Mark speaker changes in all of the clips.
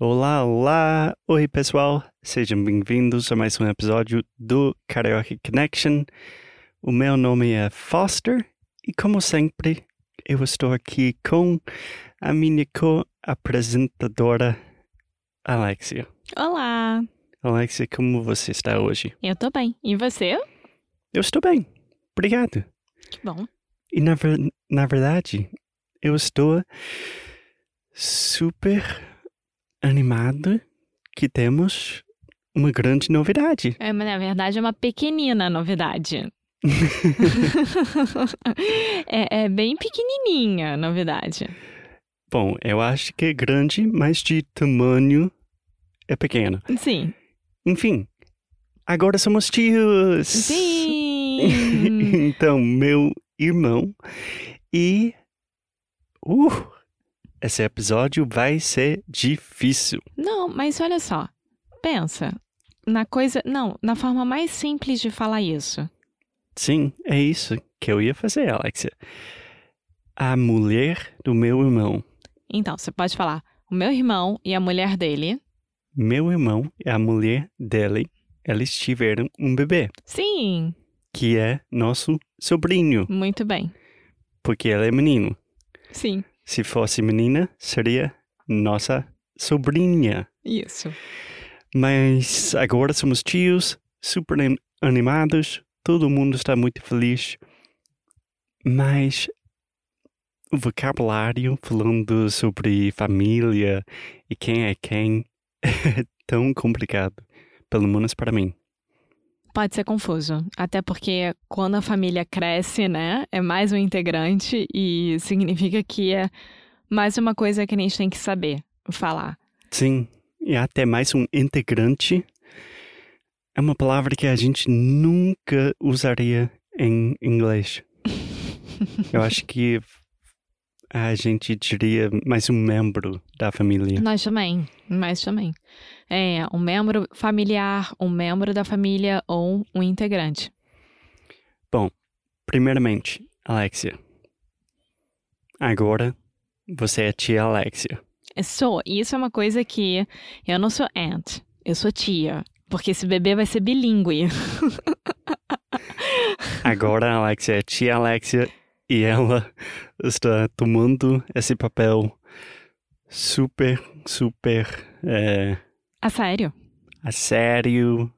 Speaker 1: Olá, olá! Oi, pessoal! Sejam bem-vindos a mais um episódio do Karaoke Connection. O meu nome é Foster e, como sempre, eu estou aqui com a minha co-apresentadora, Alexia.
Speaker 2: Olá!
Speaker 1: Alexia, como você está hoje?
Speaker 2: Eu tô bem. E você?
Speaker 1: Eu estou bem, obrigado.
Speaker 2: Que bom.
Speaker 1: E na, ver- na verdade, eu estou super animado que temos uma grande novidade.
Speaker 2: É, mas na verdade é uma pequenina novidade. é, é bem pequenininha a novidade.
Speaker 1: Bom, eu acho que é grande, mas de tamanho é pequeno.
Speaker 2: Sim.
Speaker 1: Enfim, agora somos tios!
Speaker 2: Sim!
Speaker 1: então, meu irmão e. Uh! Esse episódio vai ser difícil.
Speaker 2: Não, mas olha só. Pensa na coisa. Não, na forma mais simples de falar isso.
Speaker 1: Sim, é isso que eu ia fazer, Alexia. A mulher do meu irmão.
Speaker 2: Então, você pode falar o meu irmão e a mulher dele.
Speaker 1: Meu irmão e a mulher dele, eles tiveram um bebê,
Speaker 2: Sim,
Speaker 1: que é nosso sobrinho,
Speaker 2: muito bem.
Speaker 1: porque ele é menino.
Speaker 2: Sim,
Speaker 1: Se fosse menina, seria nossa sobrinha.
Speaker 2: isso.
Speaker 1: Mas agora somos tios, super anim- animados, todo mundo está muito feliz. Mas o vocabulário falando sobre família e quem é quem é tão complicado, pelo menos para mim.
Speaker 2: Pode ser confuso. Até porque quando a família cresce, né? É mais um integrante e significa que é mais uma coisa que a gente tem que saber falar.
Speaker 1: Sim, e até mais um integrante é uma palavra que a gente nunca usaria em inglês. Eu acho que a gente diria mais um membro da família.
Speaker 2: Nós também, nós também. É, um membro familiar, um membro da família ou um integrante.
Speaker 1: Primeiramente, Alexia. Agora você é tia Alexia.
Speaker 2: Eu Sou, e isso é uma coisa que eu não sou aunt, eu sou tia. Porque esse bebê vai ser bilíngue.
Speaker 1: Agora a Alexia é tia Alexia e ela está tomando esse papel super, super. eh,
Speaker 2: A Ah, sério?
Speaker 1: a sério,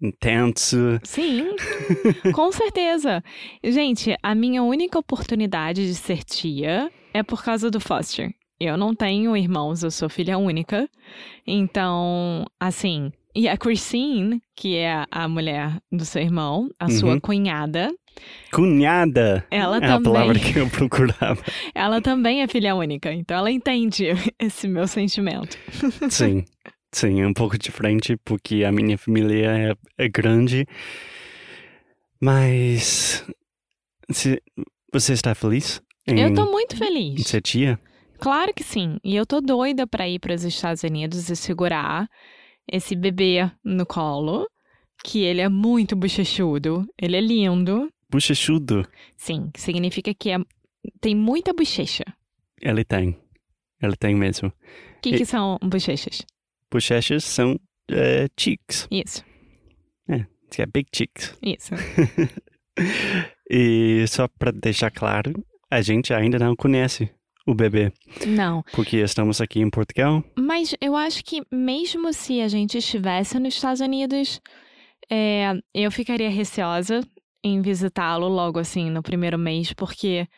Speaker 1: intenso.
Speaker 2: Sim, com certeza. Gente, a minha única oportunidade de ser tia é por causa do Foster. Eu não tenho irmãos, eu sou filha única. Então, assim. E a Christine, que é a mulher do seu irmão, a sua
Speaker 1: Uhum.
Speaker 2: cunhada,
Speaker 1: Cunhada
Speaker 2: ela
Speaker 1: é a
Speaker 2: também.
Speaker 1: palavra que eu procurava.
Speaker 2: Ela também é filha única, então ela entende esse meu sentimento.
Speaker 1: Sim, sim, é um pouco diferente porque a minha família é, é grande. Mas se- você está feliz em
Speaker 2: Eu tô muito feliz.
Speaker 1: ser tia?
Speaker 2: Claro que sim. E eu tô doida pra ir pros Estados Unidos e segurar esse bebê no colo, que ele é muito bochechudo, ele é lindo.
Speaker 1: Bochechudo,
Speaker 2: Sim, que significa que é- tem muita bochecha.
Speaker 1: ele tem. Ele tem mesmo.
Speaker 2: O que,
Speaker 1: E-
Speaker 2: que são bochechas?
Speaker 1: Bochechas são eh, cheeks.
Speaker 2: Isso,
Speaker 1: que É big cheeks.
Speaker 2: isso.
Speaker 1: E só para deixar claro, a gente ainda não conhece o bebê.
Speaker 2: Não,
Speaker 1: Porque estamos aqui em Portugal.
Speaker 2: mas eu acho que mesmo se a gente estivesse nos Estados Unidos, é, eu ficaria receosa em visitá-lo logo assim no primeiro mês, porque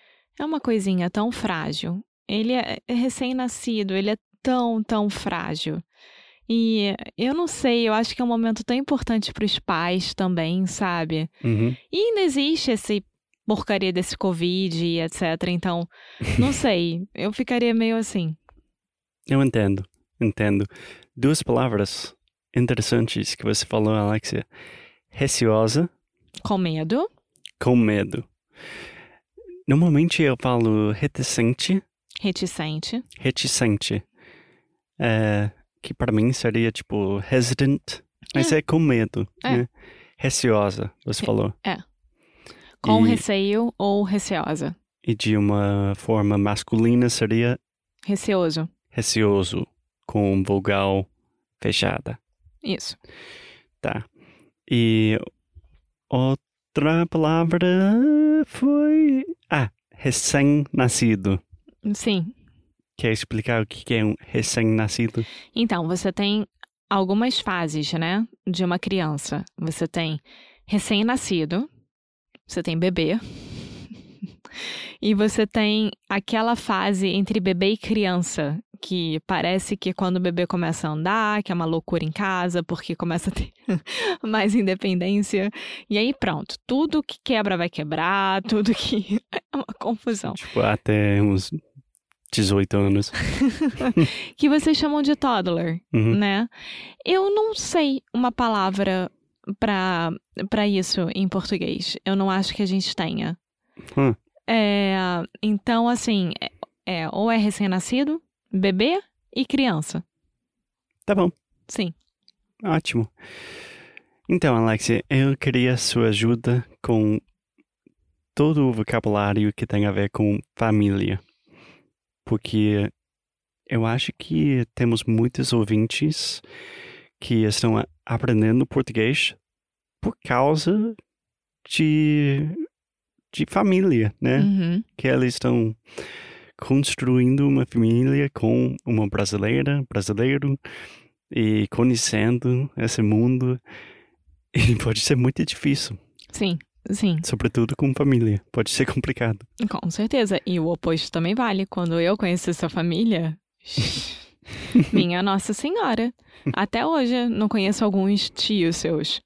Speaker 2: é uma coisinha tão frágil. Ele é recém-nascido, ele é tão, tão frágil. E eu não sei, eu acho que é um momento tão importante para os pais também, sabe?
Speaker 1: Uhum.
Speaker 2: E ainda existe esse porcaria desse Covid e etc. Então, não sei, eu ficaria meio assim.
Speaker 1: Eu entendo, entendo. Duas palavras interessantes que você falou, Alexia. Receosa,
Speaker 2: Com medo?
Speaker 1: com medo. Normalmente eu falo reticente,
Speaker 2: Reticente?
Speaker 1: reticente. É, que para mim seria tipo hesitant, mas é, com medo.
Speaker 2: É.
Speaker 1: Né? Receosa, você falou.
Speaker 2: Com
Speaker 1: E-
Speaker 2: receio ou receosa?
Speaker 1: E de uma forma masculina seria
Speaker 2: Receoso.
Speaker 1: receoso, com um vogal fechada.
Speaker 2: Isso.
Speaker 1: E outra palavra foi. Ah, recém-nascido.
Speaker 2: Sim.
Speaker 1: Quer explicar o que que é um recém-nascido?
Speaker 2: Então, você tem algumas fases, né, de uma criança. Você tem recém-nascido, você tem bebê, e você tem aquela fase entre bebê e criança, que parece que quando o bebê começa a andar, que é uma loucura em casa, porque começa a ter mais independência. E aí, pronto, tudo que quebra vai quebrar, tudo que. É uma confusão.
Speaker 1: Tipo, até uns 18 anos.
Speaker 2: Que vocês chamam de toddler.
Speaker 1: Uhum.
Speaker 2: né? Eu não sei uma palavra pra pra isso em português. Eu não acho que a gente tenha.
Speaker 1: Hum.
Speaker 2: É, então, assim, é, é, ou é recém-nascido, bebê e criança.
Speaker 1: Tá bom.
Speaker 2: Sim.
Speaker 1: Ótimo. Então, Alexia, eu queria sua ajuda com todo o vocabulário que tem a ver com família. Porque eu acho que temos muitos ouvintes que estão a- aprendendo português por causa de, de família, né?
Speaker 2: Uhum.
Speaker 1: que eles estão construindo uma família com uma brasileira, brasileiro, e conhecendo esse mundo. E pode ser muito difícil,
Speaker 2: Sim, sim,
Speaker 1: sobretudo com família. Pode ser complicado.
Speaker 2: com certeza. E o oposto também vale. Quando eu conheci sua família. Minha Nossa Senhora. Até hoje, não conheço alguns tios seus.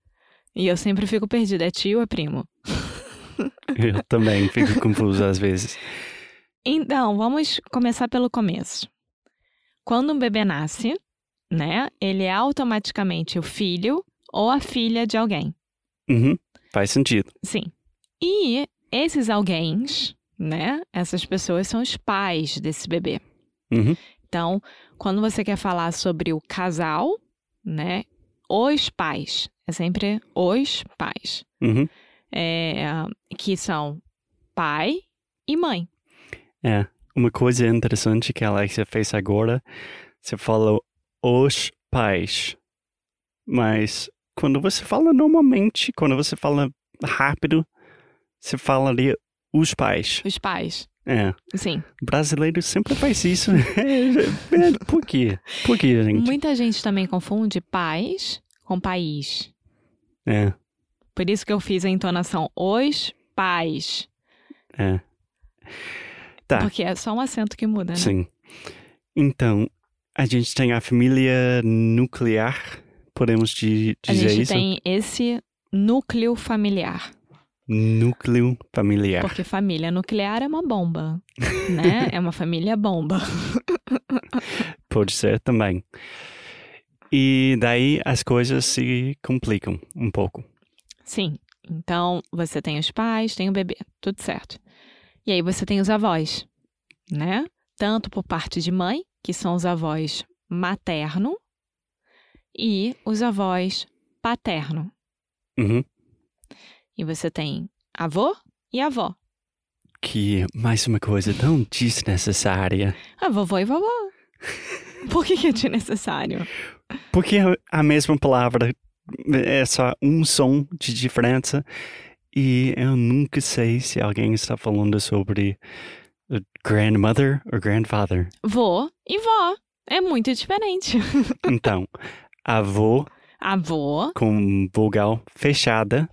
Speaker 2: E eu sempre fico perdida. É tio ou é primo?
Speaker 1: Eu também fico confuso às vezes.
Speaker 2: Então, vamos começar pelo começo. Quando um bebê nasce, né, ele é automaticamente o filho ou a filha de alguém.
Speaker 1: Uhum, faz sentido.
Speaker 2: Sim. E esses alguém, né, essas pessoas são os pais desse bebê.
Speaker 1: Uhum,
Speaker 2: Então, quando você quer falar sobre o casal, né, os pais, é sempre os pais,
Speaker 1: uhum.
Speaker 2: é, que são pai e mãe.
Speaker 1: Uma coisa interessante que a Alexia fez agora, você falou os pais. Mas quando você fala normalmente, quando você fala rápido, você falaria os pais.
Speaker 2: Os pais.
Speaker 1: É.
Speaker 2: Sim.
Speaker 1: Brasileiro sempre faz isso. É, Por quê? Por quê, gente?
Speaker 2: Muita gente também confunde pais com país. né?
Speaker 1: É,
Speaker 2: Por isso que eu fiz a entonação os pais.
Speaker 1: é. Tá.
Speaker 2: Porque é só um acento que muda, né?
Speaker 1: Sim. Então, a gente tem a família nuclear, podemos di-
Speaker 2: a
Speaker 1: dizer
Speaker 2: gente
Speaker 1: isso?
Speaker 2: tem esse núcleo familiar.
Speaker 1: Núcleo familiar.
Speaker 2: Porque família nuclear é uma bomba, né? é uma família bomba.
Speaker 1: Pode ser também. E daí as coisas se complicam um pouco.
Speaker 2: Sim. Então, você tem os pais, tem o bebê, tudo certo. E aí você tem os avós, né? Tanto por parte de mãe, que são os avós materno, e os avós paterno.
Speaker 1: Uhum.
Speaker 2: E você tem avô e avó.
Speaker 1: Que é mais uma coisa tão desnecessária.
Speaker 2: Ah, vovô e vovó. Por que, que é desnecessário?
Speaker 1: Porque a mesma palavra é só um som de diferença. E eu nunca sei se alguém está falando sobre grandmother ou grandfather.
Speaker 2: Vô e vó. É muito diferente.
Speaker 1: Então, avô
Speaker 2: Avô,
Speaker 1: com vogal fechada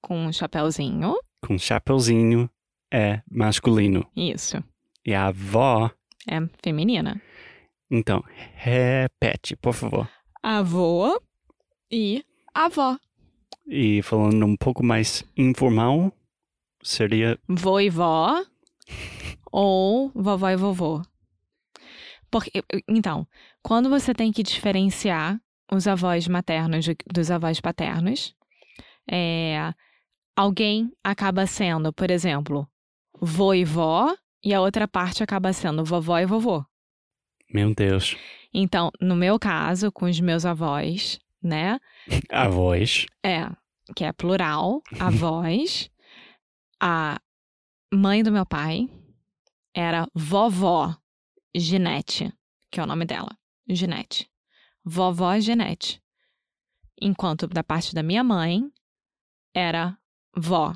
Speaker 2: com um chapéuzinho.
Speaker 1: com chapeuzinho é masculino.
Speaker 2: Isso.
Speaker 1: E a avó,
Speaker 2: É feminina.
Speaker 1: então, repete, por favor.
Speaker 2: Avô e avó.
Speaker 1: E falando um pouco mais informal, seria
Speaker 2: vô e vó ou vovó e vovô. Porque, então, quando você tem que diferenciar os avós maternos de- dos avós paternos, é, alguém acaba sendo, por exemplo, vô e vó, e a outra parte acaba sendo vovó e vovô.
Speaker 1: Meu Deus.
Speaker 2: Então, no meu caso, com os meus avós, né?
Speaker 1: A voz.
Speaker 2: É, que é plural, avós. A mãe do meu pai era vovó Ginete, que é o nome dela, Ginete. Vovó Ginete. Enquanto da parte da minha mãe era vó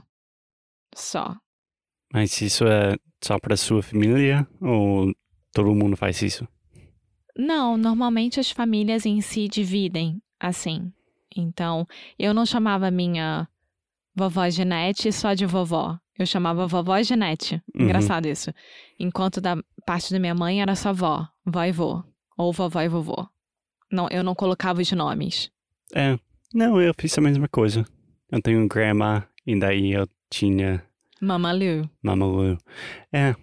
Speaker 2: só.
Speaker 1: Mas isso é só para sua família ou todo mundo faz isso?
Speaker 2: Não, normalmente as famílias em si dividem assim. Então, eu não chamava minha vovó Genete só de vovó. Eu chamava vovó Genete.
Speaker 1: Uhum.
Speaker 2: Engraçado isso. Enquanto da parte da minha mãe era só vó, vó e vô. Ou vovó e vovô. Não, eu não colocava os nomes.
Speaker 1: É. Não, eu fiz a mesma coisa. Eu tenho um grandma e daí eu tinha
Speaker 2: Mamalu.
Speaker 1: Mamalu. É.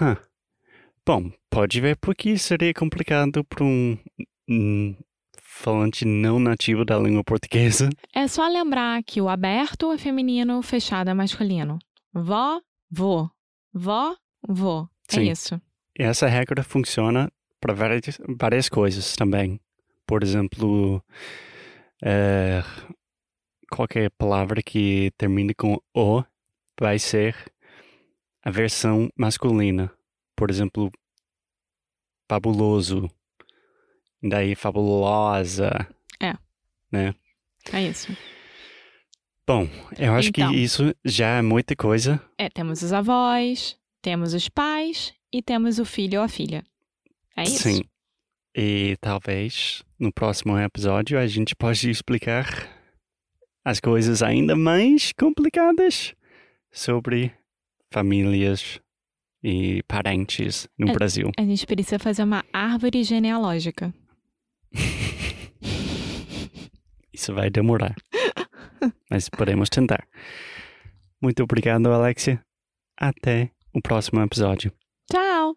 Speaker 1: Hã. Bom, pode ver por que seria complicado para um, um falante não nativo da língua portuguesa.
Speaker 2: É só lembrar que o aberto é feminino, o fechado é masculino. Vó, vô. Vó, vô. É
Speaker 1: Sim.
Speaker 2: isso.
Speaker 1: E essa regra funciona para várias, várias coisas também. Por exemplo, é, qualquer palavra que termine com O vai ser a versão masculina. Por exemplo, fabuloso. E Daí, fabulosa.
Speaker 2: É isso.
Speaker 1: Eu acho
Speaker 2: Então.
Speaker 1: que isso já é muita coisa.
Speaker 2: É, temos os avós, temos os pais e temos o filho ou a filha. É isso?
Speaker 1: Sim. E talvez no próximo episódio a gente pode explicar as coisas ainda mais complicadas sobre famílias e parentes no
Speaker 2: É.
Speaker 1: Brasil.
Speaker 2: A gente precisa fazer uma árvore genealógica.
Speaker 1: Isso vai demorar. Mas podemos tentar. Muito obrigado, Alexia. Até o próximo episódio.
Speaker 2: Tchau!